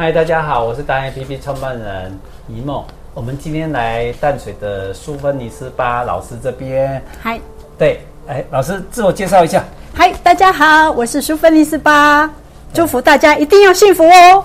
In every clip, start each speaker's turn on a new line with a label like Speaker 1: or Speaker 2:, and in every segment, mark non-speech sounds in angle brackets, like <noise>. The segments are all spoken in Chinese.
Speaker 1: 嗨，大家好，我是达人 APP 创办人一梦。我们今天来淡水的苏芬尼斯巴老师这边。
Speaker 2: 嗨，
Speaker 1: 对，哎，老师自我介绍
Speaker 2: <laughs>
Speaker 1: 一下。
Speaker 2: 嗨，大家好，我是苏芬尼斯巴，祝福大家一定要幸福哦。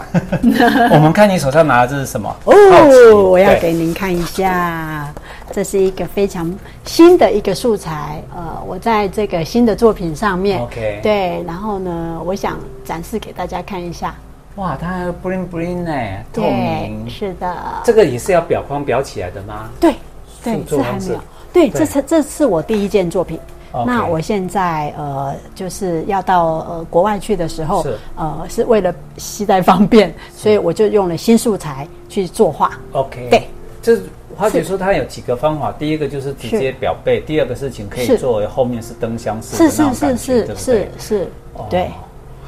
Speaker 1: 我们看你手上拿的这是什么？ <laughs> 好奇
Speaker 2: 哦，我要
Speaker 1: 对
Speaker 2: 给您看一下，这是一个非常新的一个素材。呃，我在这个新的作品上面
Speaker 1: OK
Speaker 2: 对，然后呢，我想展示给大家看一下。
Speaker 1: 哇，它还 bling bling 呢，透
Speaker 2: 对，
Speaker 1: 明。
Speaker 2: 是的，
Speaker 1: 这个也是要裱框裱起来的吗？
Speaker 2: 对
Speaker 1: 塑
Speaker 2: 对，
Speaker 1: 作
Speaker 2: 这还
Speaker 1: 方式
Speaker 2: 没有。对，
Speaker 1: 对
Speaker 2: 这次这是我第一件作品。
Speaker 1: OK
Speaker 2: 那我现在呃，就是要到呃国外去的时候
Speaker 1: 是，
Speaker 2: 呃，是为了携带方便，所以我就用了新素材去作画。
Speaker 1: OK，
Speaker 2: 对，
Speaker 1: 就是花姐说它有几个方法，第一个就是直接表背，第二个事情可以
Speaker 2: 是
Speaker 1: 作为后面是灯箱式的
Speaker 2: 是
Speaker 1: 那
Speaker 2: 是
Speaker 1: 种感
Speaker 2: 是
Speaker 1: 觉，对
Speaker 2: 是
Speaker 1: 不对
Speaker 2: 是？是
Speaker 1: 哦，
Speaker 2: 对，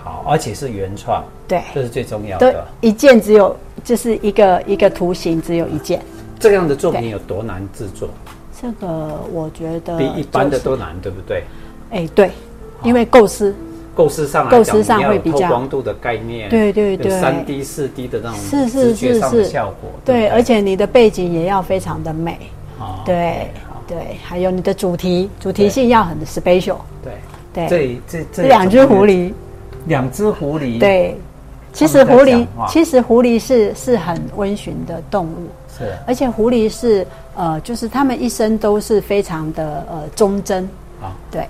Speaker 1: 好，而且是原创，
Speaker 2: 对
Speaker 1: 这是最重要
Speaker 2: 都
Speaker 1: 的。
Speaker 2: 一件只有就是一个一个图形只有一件。
Speaker 1: 这样的作品
Speaker 2: 对
Speaker 1: 有多难制作？
Speaker 2: 这个我觉得
Speaker 1: 比一般的
Speaker 2: 就是
Speaker 1: 都哦难，对不对？
Speaker 2: 哎对，因为构思
Speaker 1: 构思上来
Speaker 2: 构
Speaker 1: 讲，
Speaker 2: 思上
Speaker 1: 你要有
Speaker 2: 会比
Speaker 1: 透
Speaker 2: 较
Speaker 1: 光度的概念，
Speaker 2: 对对对
Speaker 1: 三 D、四 D 的那种
Speaker 2: 是
Speaker 1: 视
Speaker 2: 是
Speaker 1: 觉
Speaker 2: 是
Speaker 1: 上的
Speaker 2: 是
Speaker 1: 效果，
Speaker 2: 对，
Speaker 1: 不
Speaker 2: 而且你的背景也要非常的美。
Speaker 1: 哦
Speaker 2: 对
Speaker 1: 好
Speaker 2: 对，还有你的主题，主题性要很 special。
Speaker 1: 对
Speaker 2: 对，
Speaker 1: 这里这这
Speaker 2: 这两只狐，狸，
Speaker 1: 两只狐狸，，
Speaker 2: 对，其实
Speaker 1: 他们
Speaker 2: 狐
Speaker 1: 在
Speaker 2: 狸
Speaker 1: 讲话，
Speaker 2: 其实狐狸是是很温驯的动物，
Speaker 1: 是
Speaker 2: 而且狐狸是呃，就是它们一生都是非常的呃忠贞。
Speaker 1: 好，
Speaker 2: 对，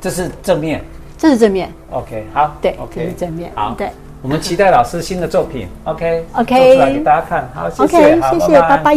Speaker 1: 这是正面
Speaker 2: 这是正面，
Speaker 1: ，OK，好，
Speaker 2: 对这
Speaker 1: ，OK，
Speaker 2: 是正面
Speaker 1: 好，
Speaker 2: 对，
Speaker 1: 我们期待老师新的作品，OK，
Speaker 2: OK
Speaker 1: 做出来给大家看，好，谢
Speaker 2: OK，
Speaker 1: 好
Speaker 2: 谢谢，拜拜。